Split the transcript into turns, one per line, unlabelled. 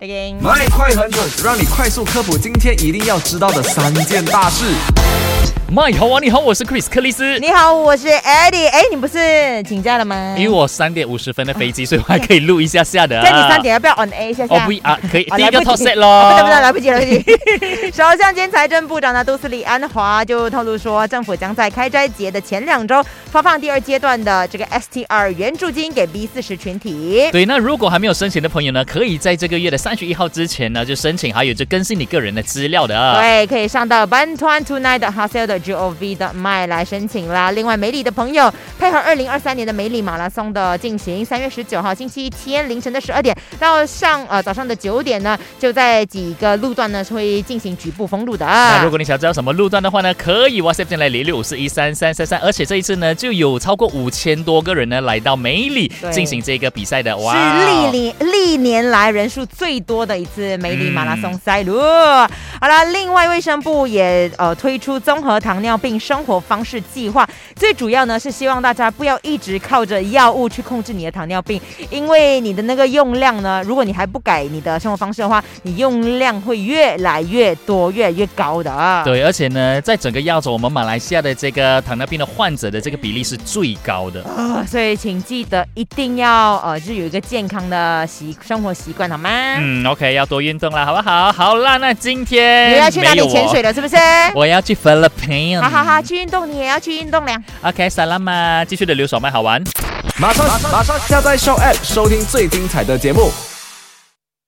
begin。
来，快很准，让你快速科普今天一定要知道的三件大事。
麦好啊，你好，我是 Chris 克里斯。
你好，我是 Eddie。哎，你不是请假了吗？
因为我三点五十分的飞机，所以我还可以录一下下的、啊。
在你三点要不要 on A 一下下？
哦不啊，可以
哦
第一
来
个
不
top
及
set
哦
咯。
不对不对，来不及来不及。 首相兼财政部长呢杜斯里安华就透露说，政府将在开斋节的前两周发放第二阶段的这个 STR 援助金给 B 四十群体。
对，那如果还没有申请的朋友呢，可以在这个月的三十一号之前呢就申请，还有就更新你个人的资料的啊。
对，可以上到 bantuan tonight h o s e l 的 gov 的 my 来申请啦。另外，美里的朋友配合二零二三年的美里马拉松的进行，三月十九号星期天凌晨的十二点到上呃早上的九点呢，就在几个路段呢是会进行局部封路的。
那如果你想知道什么路段的话呢，可以 WhatsApp 进来零六五四一三三三三，而且这一次呢就有超过五千多个人呢来到梅里
对
进行这个比赛的，
是
哦
历年历年来人数最多的一次梅里马拉松赛路。好了，另外卫生部也呃推出综合糖尿病生活方式计划，最主要呢是希望大家不要一直靠着药物去控制你的糖尿病，因为你的那个用量呢，如果你还不改你的生活方式的话，你用量会越来越多，越来越高的啊。
对，而且呢，在整个亚洲，我们马来西亚的这个糖尿病的患者的这个比例是最高的。
啊所以请记得一定要呃，就是有一个健康的习生活习惯，好吗？
嗯，OK，要多运动啦，好不好？好啦，那今天
你要去哪里潜水
了？
了？是不是？
我要去 Philippines。
好好好，去运动你也要去运动了。
OK，萨拉玛，继续的留守麦好玩。
马上马上下载 Show App 收听最精彩的节目。